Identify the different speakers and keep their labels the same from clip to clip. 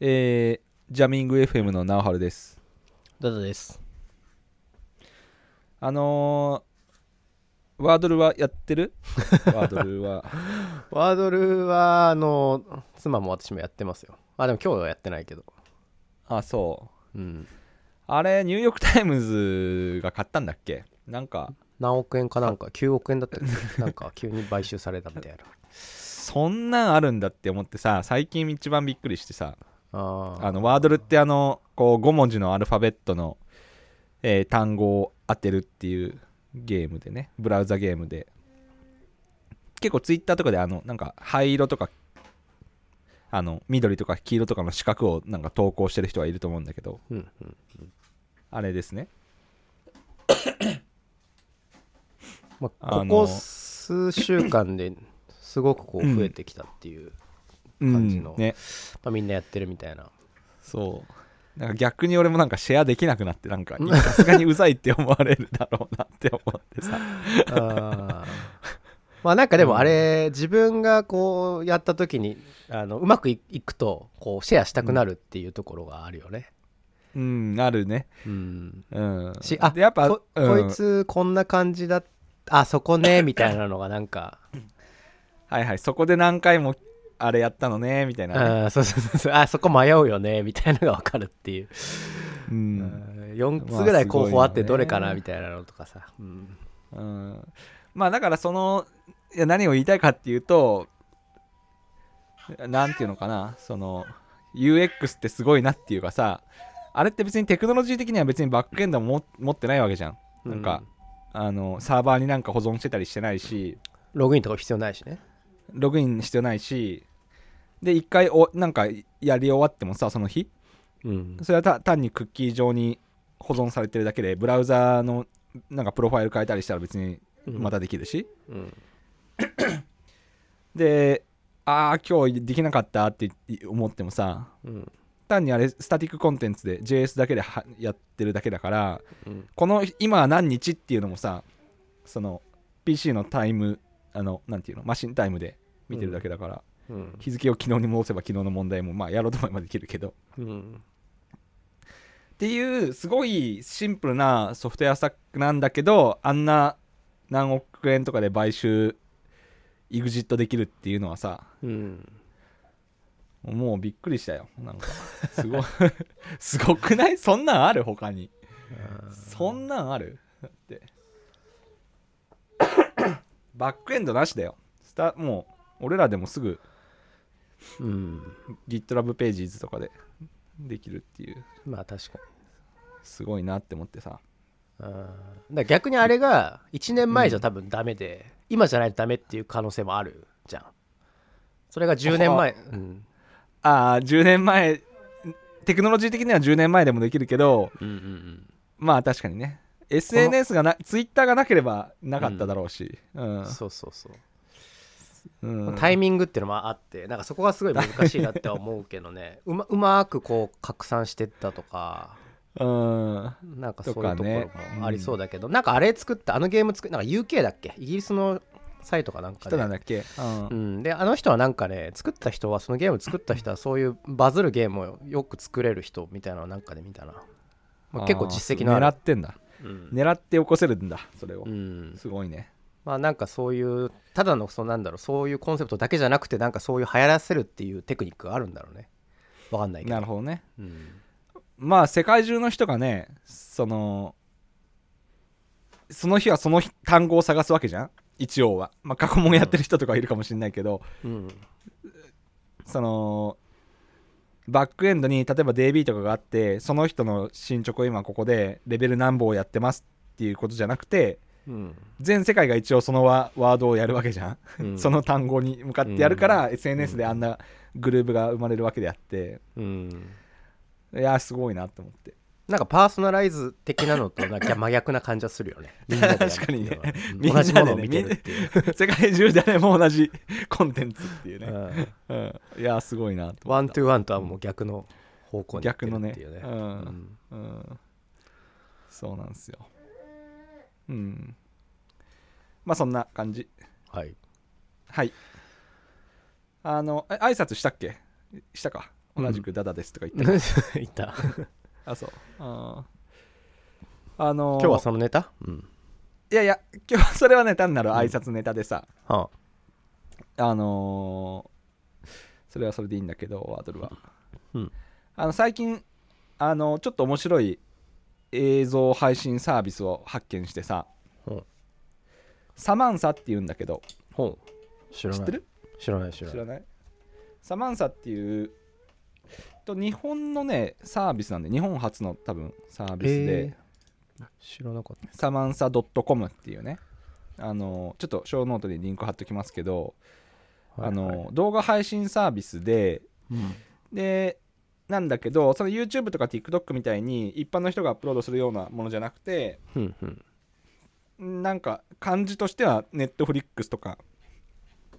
Speaker 1: えージャミング FM の直春です
Speaker 2: ダダです。
Speaker 1: あのーワードルはやってる ワードルは
Speaker 2: ワードルは、あの、妻も私もやってますよ。あ、でも今日はやってないけど。
Speaker 1: あそう
Speaker 2: うん。
Speaker 1: あれニューヨーク・タイムズが買ったんだっけなんか
Speaker 2: 何億円かなんか、9億円だったっけ なんか、急に買収されたみたいな。
Speaker 1: そんなんあるんだって思ってさ最近一番びっくりしてさ
Speaker 2: あー
Speaker 1: あのワードルってあのこう5文字のアルファベットの、えー単語を当てるっていうゲームでねブラウザゲームで結構ツイッターとかであのなんか灰色とかあの緑とか黄色とかの四角をなんか投稿してる人はいると思うんだけど
Speaker 2: うんうん。
Speaker 1: あれですね
Speaker 2: ま
Speaker 1: あ
Speaker 2: あ、こ
Speaker 1: の
Speaker 2: こ数週間ですごくこう増えてきたっていう、 感じの
Speaker 1: うんね
Speaker 2: まあ、みんなやってるみたいな。
Speaker 1: そうなんか逆に俺もなんかシェアできなくなってなんかさすがにうざいって思われるだろうなって思ってさ
Speaker 2: あー まあなんかでもあれ、自分がこうやった時にあのうまくいいくとこうシェアしたくなるっていうところがあるよね。
Speaker 1: うんあるね
Speaker 2: うん、
Speaker 1: うん
Speaker 2: しあ
Speaker 1: でやっぱ
Speaker 2: こ
Speaker 1: うん
Speaker 2: こいつこんな感じだあそこ ねみたいなのがなんか
Speaker 1: はいはい、そこで何回もあれやったのね、みたいなね、
Speaker 2: あそうそうそうそうあそこ迷うよねみたいなのが分かるっていう、
Speaker 1: う
Speaker 2: うんん、4つぐらい候補あって
Speaker 1: まあすごいよね
Speaker 2: どれかなみたいなのとかさ、うん
Speaker 1: うんまあだからその、いや何を言いたいかっていうと、なんていうのかな、その、UX ってすごいなっていうかさ、あれって別にテクノロジー的には別にバックエンドも持ってないわけじゃん。なんか、あの、サーバーになんか保存してたりしてないし、
Speaker 2: ログインとか必要ないしね
Speaker 1: ログインしてないし、で、一回お、なんかやり終わってもさ、その日、
Speaker 2: うん
Speaker 1: それはた単にクッキー上に保存されてるだけでブラウザーのなんかプロファイル変えたりしたら別にまたできるし、
Speaker 2: うん
Speaker 1: でああ今日できなかったって思ってもさ
Speaker 2: うん
Speaker 1: 単にあれスタティックコンテンツで JS だけではやってるだけだから
Speaker 2: うん
Speaker 1: この今は何日っていうのもさその PC のタイムあのなんていうのマシンタイムで見てるだけだから、
Speaker 2: うん
Speaker 1: 日付を昨日に戻せば昨日の問題もまあやろうと思えばできるけど
Speaker 2: うん
Speaker 1: っていうすごいシンプルなソフトウェアスタックなんだけどあんな何億円とかで買収エグジットできるっていうのはさ
Speaker 2: うん
Speaker 1: もうびっくりしたよなんかすごいすごくないそんなんある他にそんなんあるだってバックエンドなしだよスタもう俺らでもすぐ
Speaker 2: うん
Speaker 1: GitLab ページーズとかでできるっていう
Speaker 2: まあ確かに
Speaker 1: すごいなって思ってさ
Speaker 2: あーだから逆にあれが1年前じゃ多分ダメで、今じゃないとダメっていう可能性もあるじゃんそれが10年前、うん
Speaker 1: ああ10年前テクノロジー的には10年前でもできるけど
Speaker 2: うんうん
Speaker 1: まあ確かにね SNS がなツイッターがなければなかっただろうし、うん
Speaker 2: そうそうそう、
Speaker 1: うん
Speaker 2: タイミングっていうのもあってなんかそこがすごい難しいなって思うけど ねうまうまくこう拡散してったとか
Speaker 1: うん
Speaker 2: なんかそうい
Speaker 1: と
Speaker 2: うと
Speaker 1: か
Speaker 2: こ
Speaker 1: ね
Speaker 2: ろもありそうだけど、なんかあれ作ったあのゲーム作ったなんか UK だっけイギリスのサイトかなんか
Speaker 1: 人
Speaker 2: で
Speaker 1: なんだっけ、うん
Speaker 2: うん、であの人はなんかね作った人はそのゲーム作った人はそういうバズるゲームをよく作れる人みたいなのなんかで見たな、まあ、結構実績のある
Speaker 1: 狙ってんだ
Speaker 2: うん
Speaker 1: 狙って起こせるんだそれを、
Speaker 2: うん
Speaker 1: すごいね
Speaker 2: まあなんかそういうただのそうなんだろうそういうコンセプトだけじゃなくてなんかそういう流行らせるっていうテクニックがあるんだろうねわかんないけど
Speaker 1: なるほどね
Speaker 2: うん
Speaker 1: まあ世界中の人がねそのその日はその日単語を探すわけじゃん一応はまあ過去問やってる人とかいるかもしれないけど、
Speaker 2: うん
Speaker 1: そのバックエンドに例えば DB とかがあってその人の進捗を今ここでレベル何本をやってますっていうことじゃなくて
Speaker 2: うん
Speaker 1: 全世界が一応そのワワードをやるわけじゃん、
Speaker 2: うん
Speaker 1: その単語に向かってやるから、SNS であんなグループが生まれるわけであって
Speaker 2: うん
Speaker 1: いやーすごいなと思って
Speaker 2: なんかパーソナライズ的なのとなんか真逆な感じはするよねみんなでやるっていうのは
Speaker 1: 確かにね
Speaker 2: うん同じものを見てるっていう、
Speaker 1: 世界中誰も同じコンテンツっていうね、
Speaker 2: う
Speaker 1: う
Speaker 2: ん
Speaker 1: んいやーすごいなと
Speaker 2: ワ
Speaker 1: 思
Speaker 2: ン
Speaker 1: った
Speaker 2: トゥーワンとはもう逆の方向に行ってるっていうね。
Speaker 1: 逆のねうん、そうなんですようんまあそんな感じ
Speaker 2: はい。
Speaker 1: はい。あの、え挨拶したっけしたか。同じくダダですとか言ったり、
Speaker 2: いた
Speaker 1: あそうあーあのー
Speaker 2: 今日はそのネタうん
Speaker 1: いやいや今日はそれはね単なる挨拶ネタでさ、
Speaker 2: は
Speaker 1: あのーそれはそれでいいんだけどワードルは、
Speaker 2: うん
Speaker 1: あの最近あのちょっと面白い映像配信サービスを発見してさ
Speaker 2: あうん
Speaker 1: サマンサっていうんだけど
Speaker 2: ほう知らな
Speaker 1: 知
Speaker 2: い
Speaker 1: ってる
Speaker 2: 知らない知ら
Speaker 1: 知
Speaker 2: ない
Speaker 1: らないサマンサっていうと日本のねサービスなんで日本初の多分サービスで、
Speaker 2: えー知らなかっ
Speaker 1: サマンサ .com っていうねあのちょっとショーノートにリンク貼っときますけど、
Speaker 2: たはい
Speaker 1: あ
Speaker 2: はい
Speaker 1: の動画配信サービスで
Speaker 2: うん
Speaker 1: でなんだけどその YouTube とか TikTok みたいに一般の人がアップロードするようなものじゃなくて
Speaker 2: うんうん
Speaker 1: なんか感じとしては Netflix とか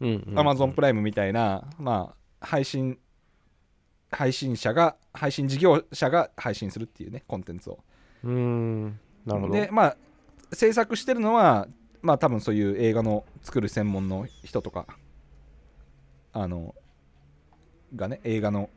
Speaker 2: うんうん
Speaker 1: Amazon プライムみたいな、まあ、配信配信者が配信事業者が配信するっていうねコンテンツを
Speaker 2: うーんなるほど
Speaker 1: でまあ制作してるのはまあ多分そういう映画の作る専門の人とかあのがね映画の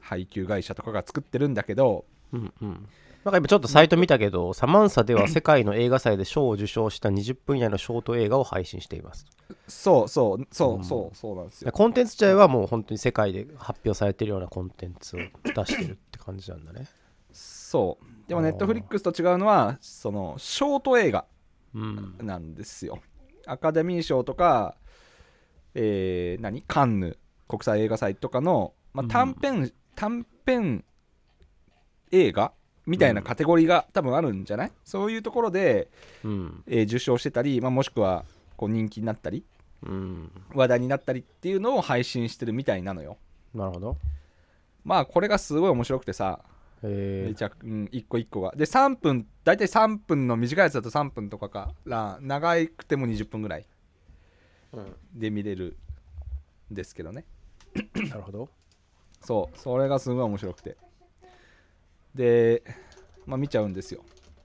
Speaker 1: 配給会社とかが作ってるんだけど
Speaker 2: うんうんなんか今ちょっとサイト見たけど、サマンサでは世界の映画祭で賞を受賞した20分以内のショート映画を配信しています。
Speaker 1: そうそうそううんそうそうなんですよ
Speaker 2: コンテンツ自体はもう本当に世界で発表されてるようなコンテンツを出してるって感じなんだね。
Speaker 1: そうでも
Speaker 2: あ
Speaker 1: ネ
Speaker 2: ー
Speaker 1: ットフリックスと違うのはそのショート映画
Speaker 2: うん。
Speaker 1: なんですよアカデミー賞とか、えー何カンヌ国際映画祭とかの、まあ、
Speaker 2: うん
Speaker 1: 短編、短編映画みたいなカテゴリーが多分あるんじゃない、そういうところで、
Speaker 2: うん。
Speaker 1: えー受賞してたり、まあ、もしくはこう人気になったり
Speaker 2: うん。
Speaker 1: 話題になったりっていうのを配信してるみたいなのよ
Speaker 2: なるほど。
Speaker 1: まあこれがすごい面白くてさ
Speaker 2: え
Speaker 1: めちゃく、うん、一個一個がで3分大体3分の短いやつだと3分とかから長くても20分ぐらいで見れるんですけどね
Speaker 2: うん、なるほど。
Speaker 1: そうそれがすごい面白くてで、まあ、見ちゃうんですよ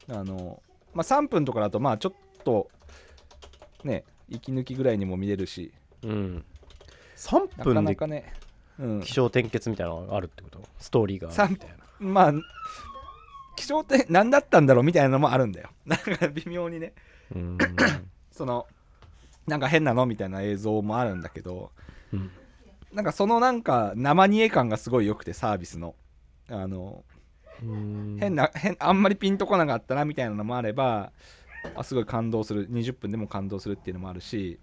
Speaker 1: あの、まあ、3分とかだとまあちょっとね息抜きぐらいにも見れるし
Speaker 2: うん。3
Speaker 1: なか
Speaker 2: 分
Speaker 1: な
Speaker 2: で
Speaker 1: かねうん
Speaker 2: 気象転結みたいなのがあるってことストーリーがあるみたいな。
Speaker 1: まあ気象って何だったんだろうみたいなのもあるんだよなんか微妙にね
Speaker 2: うん。
Speaker 1: そのなんか変なのみたいな映像もあるんだけど
Speaker 2: うん
Speaker 1: なんかそのなんか生煮え感がすごい良くてサービスのあの
Speaker 2: うん
Speaker 1: 変な変あんまりピンとこなかったなみたいなのもあればあすごい感動する20分でも感動するっていうのもあるし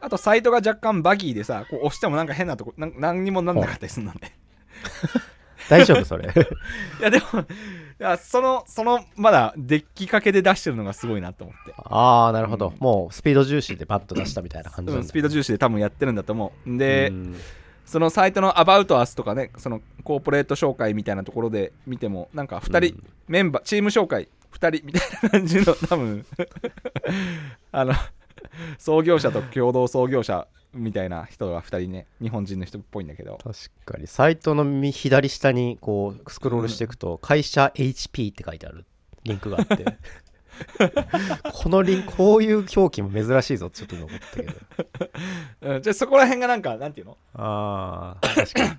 Speaker 1: あとサイトが若干バギーでさこう押してもなんか変なとこなん何にもなんなかったりするので、
Speaker 2: 大丈夫それ。
Speaker 1: い、やでもいやそのそのまだデッキかけで出してるのがすごいなと思って
Speaker 2: ああ、なるほど。もうスピード重視でバッと出したみたいな感じ
Speaker 1: う
Speaker 2: なん
Speaker 1: ん
Speaker 2: だ
Speaker 1: スピード重視で多分やってるんだと思うんで、
Speaker 2: うん
Speaker 1: そのサイトの「アバウトアスとかねそのコーポレート紹介みたいなところで見てもなんか2人、
Speaker 2: うん
Speaker 1: メンバーチーム紹介2人みたいな感じの多分 あの創業者と共同創業者みたいな人が2人ね日本人の人っぽいんだけど
Speaker 2: 確かにサイトの右左下にこうスクロールしていくと「会社 HP」って書いてあるリンクがあって このリンクこういう表記も珍しいぞってちょっと今思ったけど
Speaker 1: うんじゃあそこら辺がなんかなんていうの
Speaker 2: ああ確かに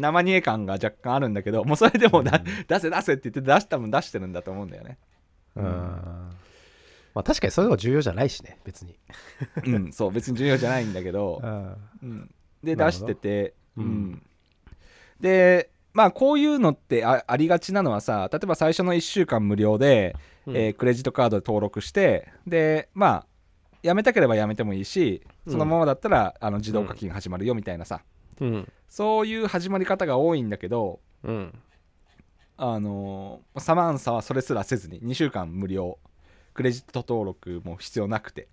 Speaker 1: 生煮え感が若干あるんだけどもうそれでもだ、出せ出せって言って出した分出してるんだと思うんだ よね
Speaker 2: うんまあ確かにそういうの重要じゃないしね別に
Speaker 1: うんそう別に重要じゃないんだけどうん、で
Speaker 2: な
Speaker 1: 出
Speaker 2: る
Speaker 1: し
Speaker 2: ほど
Speaker 1: てて、うん
Speaker 2: うん
Speaker 1: でまあこういうのってあありがちなのはさ例えば最初の1週間無料で、
Speaker 2: うん
Speaker 1: えークレジットカードで登録してでまあやめたければやめてもいいしそのままだったら、あの自動課金始まるよみたいなさ、
Speaker 2: うん
Speaker 1: そういう始まり方が多いんだけど
Speaker 2: うん
Speaker 1: あのーサマンサはそれすらせずに2週間無料クレジット登録も必要なくて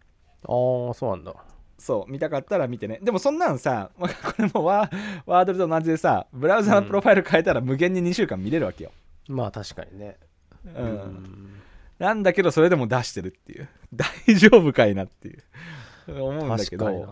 Speaker 2: ああそうなんだ
Speaker 1: そう見たかったら見てねでもそんなんさ、まあこれもワワードルと同じでさブラウザのプロファイル変えたら無限に2週間見れるわけよ、
Speaker 2: まあ確かにね
Speaker 1: うん
Speaker 2: う
Speaker 1: なんだけどそれでも出してるっていう 大丈夫かいなっていう思うんだけ
Speaker 2: 確かに
Speaker 1: ど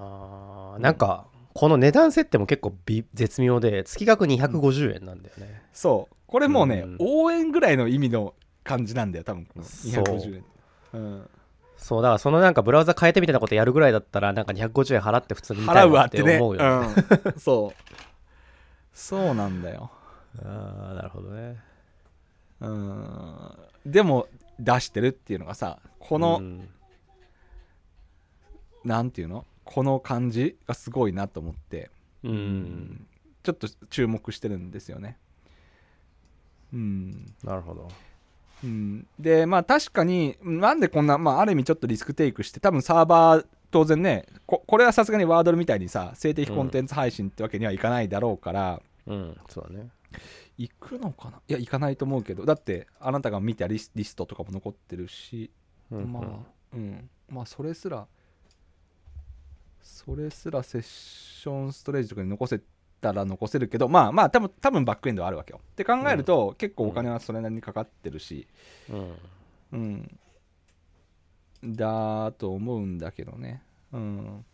Speaker 2: ななんかこの値段設定も結構び絶妙で月額250円なんだよね、
Speaker 1: そうこれもうね、
Speaker 2: うん
Speaker 1: 応援ぐらいの意味の感じなんだよ多分この
Speaker 2: そう
Speaker 1: 250円うん、
Speaker 2: そうだからそのなんかブラウザ変えてみたいなことやるぐらいだったらなんか250円払って普通に見たい
Speaker 1: 払うわ
Speaker 2: な
Speaker 1: っ
Speaker 2: ってて
Speaker 1: ね
Speaker 2: 思うよね
Speaker 1: うんそうそうなんだよ
Speaker 2: ああなるほどね
Speaker 1: うんでも出してるっていうのがさこの、
Speaker 2: うん
Speaker 1: なんていうのこの感じがすごいなと思って
Speaker 2: う、
Speaker 1: うんちょっと注目してるんですよねうん
Speaker 2: なるほど
Speaker 1: うん、でまあ確かになんでこんな、まあ、ある意味ちょっとリスクテイクして多分サーバー当然ねここれはさすがにワードルみたいにさ性的コンテンツ配信ってわけにはいかないだろうから、
Speaker 2: うんそうだね
Speaker 1: 行くのかないや行かないと思うけどだってあなたが見たリスリストとかも残ってるし、
Speaker 2: うんうん
Speaker 1: まあうんまあそれすらそれすらセッションストレージとかに残せたら残せるけどまあまあ多分多分バックエンドはあるわけよって考えると、結構お金はそれなりにかかってるし、
Speaker 2: うん
Speaker 1: うん、だと思うんだけどね、うん、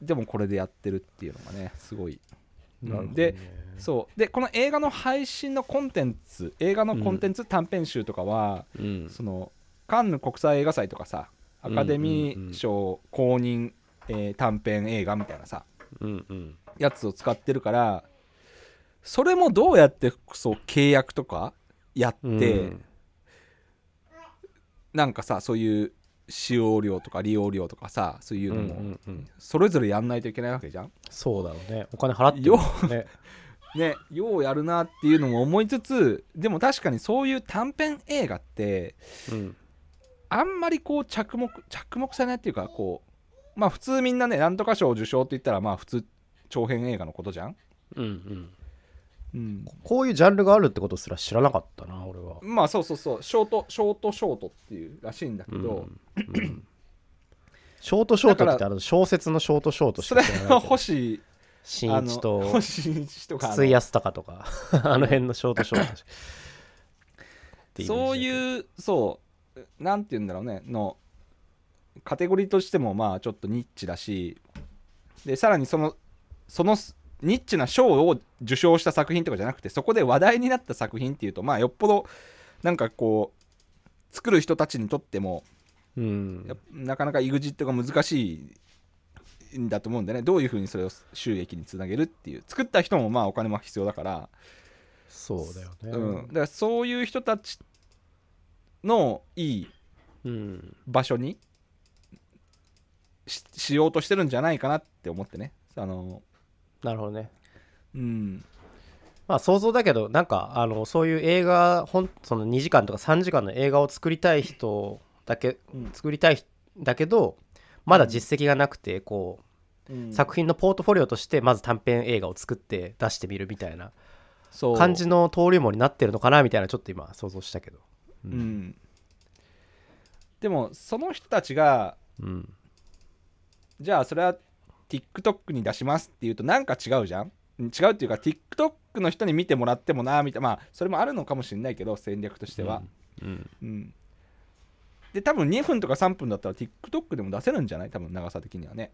Speaker 1: でもこれでやってるっていうのがねすごい、うん
Speaker 2: なるほどね
Speaker 1: でそうでこの映画の配信のコンテンツ映画のコンテンツ短編集とかは、
Speaker 2: うん
Speaker 1: そのカンヌ国際映画祭とかさアカデミー賞公認、えー短編映画みたいなさ
Speaker 2: うんうん
Speaker 1: やつを使ってるからそれもどうやってそう契約とかやって、
Speaker 2: うん
Speaker 1: なんかさそういう使用料とか利用料とかさそういううん
Speaker 2: う
Speaker 1: のも
Speaker 2: んうん
Speaker 1: それぞれやんないといけないわけじゃん、
Speaker 2: そうだろうねお金払ってるもんね
Speaker 1: ねようやるなっていうのも思いつつでも確かにそういう短編映画って
Speaker 2: うん
Speaker 1: あんまりこう着目着目されないっていうかこうまあ普通みんなねなんとか賞受賞って言ったらまあ普通長編映画のことじゃん、
Speaker 2: うんうん
Speaker 1: うん、
Speaker 2: こういうジャンルがあるってことすら知らなかったな俺は
Speaker 1: まあそうそうそうショートショートショートっていうらしいんだけど、
Speaker 2: うんショートショート
Speaker 1: だ
Speaker 2: っ
Speaker 1: か
Speaker 2: てあの小説のショートショートし
Speaker 1: そ
Speaker 2: か
Speaker 1: れ
Speaker 2: 知らな
Speaker 1: はい
Speaker 2: けど
Speaker 1: 星
Speaker 2: 新一
Speaker 1: あの
Speaker 2: と
Speaker 1: 星一とかあの
Speaker 2: 筒井康隆とかあの辺のショートショートしかってイメージだけど
Speaker 1: そういうそうなんて言うんだろうねのカテゴリーとしてもまあちょっとニッチだしでさらにそのそのすニッチな賞を受賞した作品とかじゃなくてそこで話題になった作品っていうとまあよっぽどなんかこう作る人たちにとっても
Speaker 2: うん
Speaker 1: やっなかなか EXIT が難しいんだと思うんでねどういうふうにそれを収益につなげるっていう作った人もまあお金も必要だから
Speaker 2: そうだよね
Speaker 1: うん、だからそういう人たちのいい
Speaker 2: うん
Speaker 1: 場所にししようとしてるんじゃないかなって思ってねあの
Speaker 2: なるほどね
Speaker 1: うん
Speaker 2: まあ想像だけどなんかあのそういう映画ほんその2時間とか3時間の映画を作りたい人だけ作りたい人だけどまだ実績がなくてこう作品のポートフォリオとしてまず短編映画を作って出してみるみたいな
Speaker 1: そう
Speaker 2: 感じの登竜門になってるのかなみたいなちょっと今想像したけどう
Speaker 1: うん、でもその人たちが
Speaker 2: うん
Speaker 1: じゃあそれは TikTok に出しますっていうとなんか違うじゃんうん違うっていうか TikTok の人に見てもらってもなみたいなまあそれもあるのかもしれないけど戦略としては、
Speaker 2: うん
Speaker 1: うん、で多分2分とか3分だったら TikTok でも出せるんじゃない多分長さ的にはね、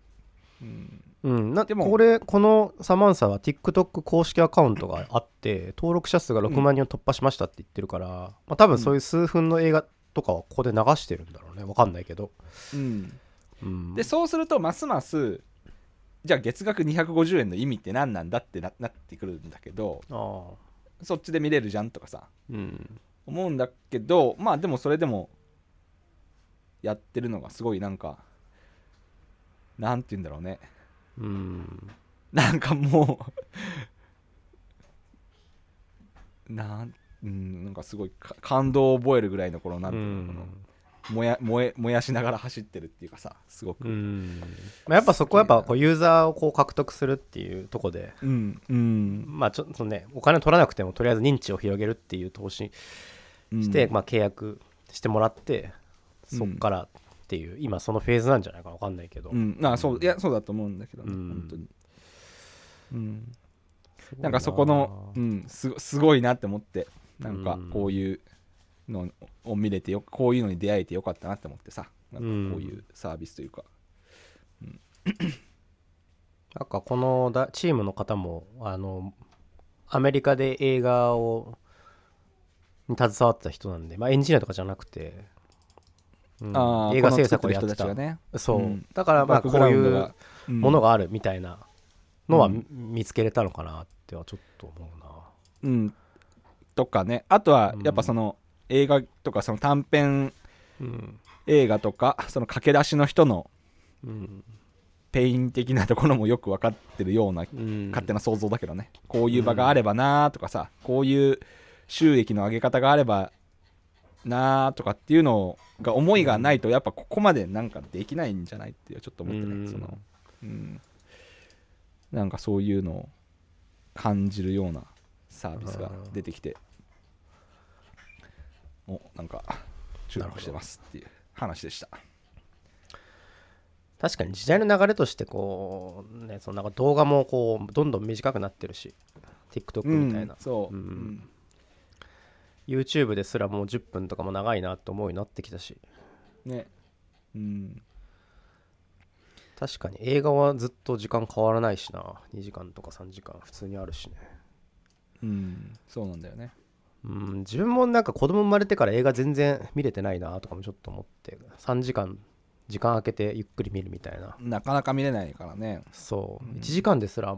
Speaker 1: うん、
Speaker 2: うん、な
Speaker 1: でも
Speaker 2: これこのサマンサは TikTok 公式アカウントがあって登録者数が6万人を突破しましたって言ってるから、まあ、多分そういう数分の映画とかはここで流してるんだろうねわかんないけど、
Speaker 1: うん、
Speaker 2: うん、
Speaker 1: でそうするとますますじゃあ月額250円の意味って何なんだってななってくるんだけど
Speaker 2: ああ
Speaker 1: そっちで見れるじゃんとかさ
Speaker 2: うん
Speaker 1: 思うんだけどまあでもそれでもやってるのがすごいなんかなんて言うんだろうね
Speaker 2: うん
Speaker 1: なんかもうなん、うん、なんかすごいか感動を覚えるぐらいの頃なん
Speaker 2: う
Speaker 1: ていうのこ
Speaker 2: ん
Speaker 1: のもや燃え燃やしながら走ってるっていうかさすごく
Speaker 2: うんまあ、やっぱそこはやっぱこうユーザーをこう獲得するっていうとこで
Speaker 1: うんうん、
Speaker 2: まあちょっとねお金を取らなくてもとりあえず認知を広げるっていう投資
Speaker 1: うん、
Speaker 2: して、まあ、契約してもらって
Speaker 1: うん
Speaker 2: そっからっていう、今そのフェーズなんじゃないかわかんないけど、
Speaker 1: うん、あそういやそうだと思うんだけど、ね
Speaker 2: うん
Speaker 1: 本当に、うん、
Speaker 2: すごい
Speaker 1: なんかそこの、うん、すごすごいなって思ってなんか
Speaker 2: うん
Speaker 1: こういうのを見れてよこういうのに出会えてよかったなって思ってさなんかこういうサービスというか、
Speaker 2: なんかこのだチームの方もあのアメリカで映画をに携わってた人なんで、まあ、エンジニアとかじゃなくて、うん
Speaker 1: あー
Speaker 2: 映画
Speaker 1: この
Speaker 2: 制作を
Speaker 1: 作
Speaker 2: やっ
Speaker 1: って
Speaker 2: て
Speaker 1: る人た
Speaker 2: た
Speaker 1: ちがね
Speaker 2: そう、
Speaker 1: うん
Speaker 2: だからまあこういうもの
Speaker 1: が
Speaker 2: があるみたいなのは
Speaker 1: うん
Speaker 2: 見つけれたのかなってはちょっと思うな。
Speaker 1: うん、とかねあとは
Speaker 2: うん
Speaker 1: やっぱその映画とかその短編
Speaker 2: うん。
Speaker 1: 映画とかその駆け出しの人の
Speaker 2: うん。
Speaker 1: ペイン的なところもよく分かってるような
Speaker 2: うん
Speaker 1: 勝手な想像だけどねこういう場があればなーとかさこういう収益の上げ方があればなーとかっていうのが思いがないとやっぱここまでなんかできないんじゃないっていうちょっと思って
Speaker 2: うん
Speaker 1: ねその、うん、なんかそういうのを感じるようなサービスが出てきておなんか注目してますっていう話でした
Speaker 2: 確かに時代の流れとしてこうねそのなんか動画もこうどんどん短くなってるし TikTok みたいな、
Speaker 1: うんそう、
Speaker 2: うん
Speaker 1: うん、
Speaker 2: YouTube ですらもう10分とかも長いなって思うようになってきたし
Speaker 1: ねうん
Speaker 2: 確かに映画はずっと時間変わらないしな2時間とか3時間普通にあるしね
Speaker 1: うんそうなんだよね
Speaker 2: うん自分もなんか子供生まれてから映画全然見れてないなとかもちょっと思って3時間時間空けてゆっくり見るみたいな
Speaker 1: なかなか見れないからね
Speaker 2: そう、
Speaker 1: うん
Speaker 2: 1時間ですら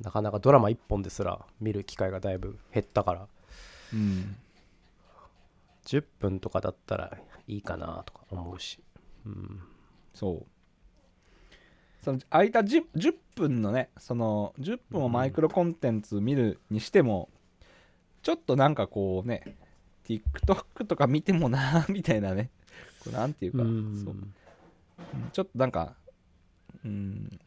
Speaker 2: なかなかドラマ1本ですら見る機会がだいぶ減ったから
Speaker 1: うん
Speaker 2: 10分とかだったらいいかなとか思うし、うん、
Speaker 1: そうその空いた 10, 10分のねその10分をマイクロコンテンツ見るにしても、ちょっとなんかこうね TikTok とか見てもな みたいなねこうなんていうか、そうちょっとなんかうん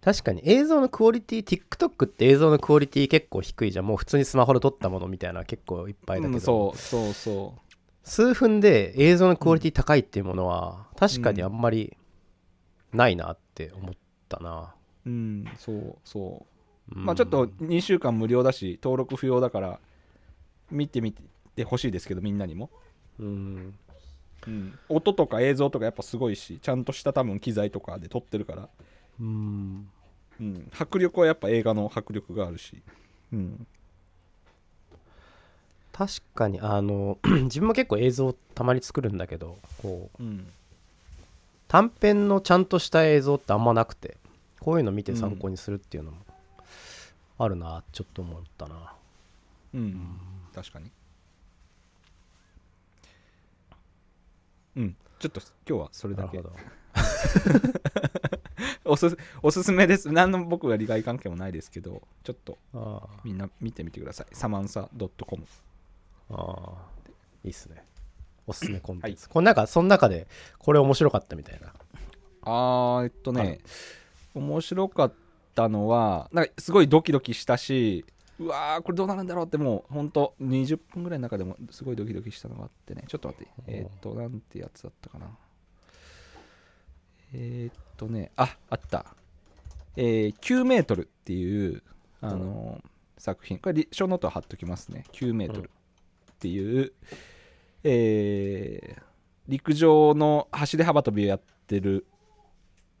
Speaker 2: 確かに映像のクオリティ TikTok って映像のクオリティ結構低いじゃんもう普通にスマホで撮ったものみたいな結構いっぱいだけ
Speaker 1: う
Speaker 2: ど、
Speaker 1: んそうそうそ
Speaker 2: 数分で映像のクオリティ高いっていうものは確かにあんまりないなって思ったな、
Speaker 1: ううんそうそう
Speaker 2: うん
Speaker 1: まあちょっと2週間無料だし登録不要だから見てみてほしいですけどみんなにも、
Speaker 2: うん
Speaker 1: 音とか映像とかやっぱすごいしちゃんとした多分機材とかで撮ってるから、
Speaker 2: うん
Speaker 1: うん、迫力はやっぱ映画の迫力があるし、うん、
Speaker 2: 確かにあの 自分も結構映像たまに作るんだけどこう
Speaker 1: うん
Speaker 2: 短編のちゃんとした映像ってあんまなくてこういうの見て参考にするっていうのもあるなちょっと思ったな
Speaker 1: うん、確かにうんちょっと今日はそれ
Speaker 2: な
Speaker 1: だけ
Speaker 2: るほど
Speaker 1: おすすおすすめです何の僕は利害関係もないですけどちょっと
Speaker 2: あ
Speaker 1: みんな見てみてくださいサマンサ .com
Speaker 2: あああいいっすね おすすめコンテンツ、
Speaker 1: は
Speaker 2: これなんかその中でこれ面白かったみたいな
Speaker 1: あーえっとね面白かったのはなんかすごいドキドキしたしうわーこれどうなるんだろうってもうほんと20分ぐらいの中でもすごいドキドキしたのがあってねちょっと待って
Speaker 2: うん
Speaker 1: えーっとなんてやつだったかなえーっとねああったえー、9メートルっていう、あのー作品これリショーノート貼っときますね9メートルっていう、えー陸上の走り幅跳びをやってる、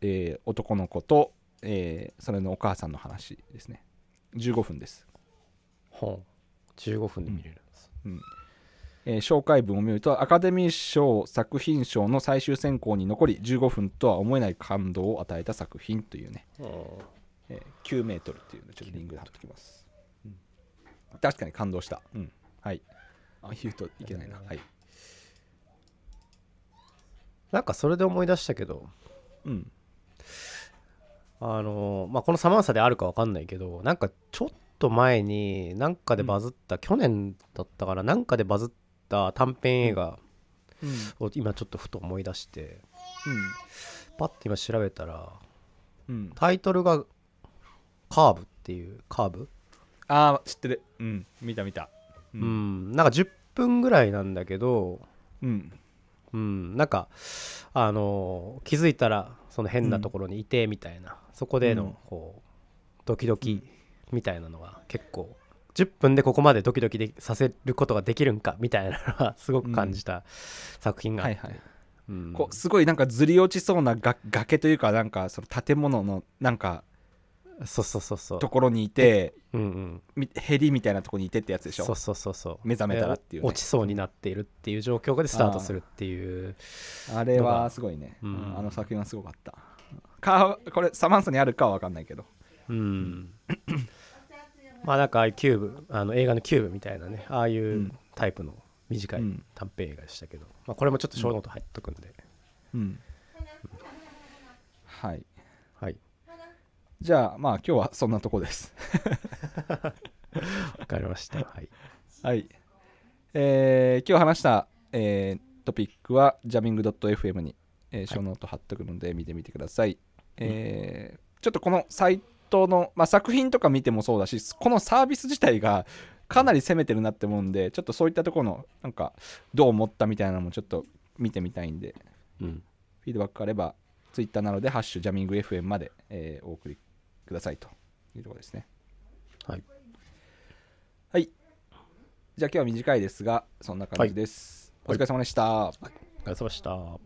Speaker 1: えー男の子と、えーそれのお母さんの話ですね15分です、
Speaker 2: 本15分で見れるんです、
Speaker 1: うんえー紹介文を見るとアカデミー賞作品賞の最終選考に残り15分とは思えない感動を与えた作品というね
Speaker 2: うん
Speaker 1: えー、9メートルっていうのちょっとリングで貼っときます、うん確かに感動した、うん、はいあ言うといけないな、はい
Speaker 2: なんかそれで思い出したけど
Speaker 1: うん、
Speaker 2: あのまあ、このサマンサであるかわかんないけどなんかちょっと前になんかでバズった、去年だったからなんかでバズった短編映画
Speaker 1: うん
Speaker 2: を今ちょっとふと思い出して
Speaker 1: うん
Speaker 2: パッて今調べたら
Speaker 1: うん、
Speaker 2: タイトルが「カーブ」っていうカーブ、
Speaker 1: ああ知ってるうん見た見たう
Speaker 2: うんんなんか10分ぐらいなんだけど、
Speaker 1: うん
Speaker 2: うん、なんかあの気づいたらその変なところにいてみたいな、そこで
Speaker 1: う
Speaker 2: の
Speaker 1: ん
Speaker 2: こうドキドキみたいなのが結構10分でここまでドキドキでさせることができるんかみたいなのは すごく感じた作品があ
Speaker 1: は
Speaker 2: っ
Speaker 1: い
Speaker 2: て、
Speaker 1: はい、
Speaker 2: うん
Speaker 1: こうすごいなんかずり落ちそうなが崖というかなんかその建物のなんか
Speaker 2: そうそうそうそう
Speaker 1: ところにいて
Speaker 2: うんうん
Speaker 1: みヘリみたいなところにいてってやつでしょ
Speaker 2: そうそうそうそう
Speaker 1: 目覚めたらっていうね
Speaker 2: で落ちそうになっているっていう状況でスタートするっていう
Speaker 1: あれはすごいね、
Speaker 2: うん
Speaker 1: うんあの作品はすごかったかこれサマンサにあるかは分かんないけど
Speaker 2: うん、まあなんかああいうキューブあの映画のキューブみたいなねああいうんタイプの短い
Speaker 1: うん
Speaker 2: 短編映画でしたけど、まあ、これもちょっと小ノート入っとくんで、
Speaker 1: うんはい
Speaker 2: はい
Speaker 1: じゃあまあ今日はそんなとこです
Speaker 2: わかりましたはい
Speaker 1: はいえー今日話した、えートピックはジャミング .fm に、えー、ショーノート貼っとくので見てみてください、えーちょっとこのサイトの、まあ、作品とか見てもそうだしこのサービス自体がかなり攻めてるなって思うんでちょっとそういったところのなんかどう思ったみたいなのもちょっと見てみたいんで
Speaker 2: うん
Speaker 1: フィードバックあれば、ツイッターなどで、ハッシュジャミング FM まで、えーお送りくださいというところですね。
Speaker 2: はい
Speaker 1: はい。じゃあ今日は短いですが、そんな感じです。
Speaker 2: はい
Speaker 1: お疲れ様でした。
Speaker 2: お疲れ様でした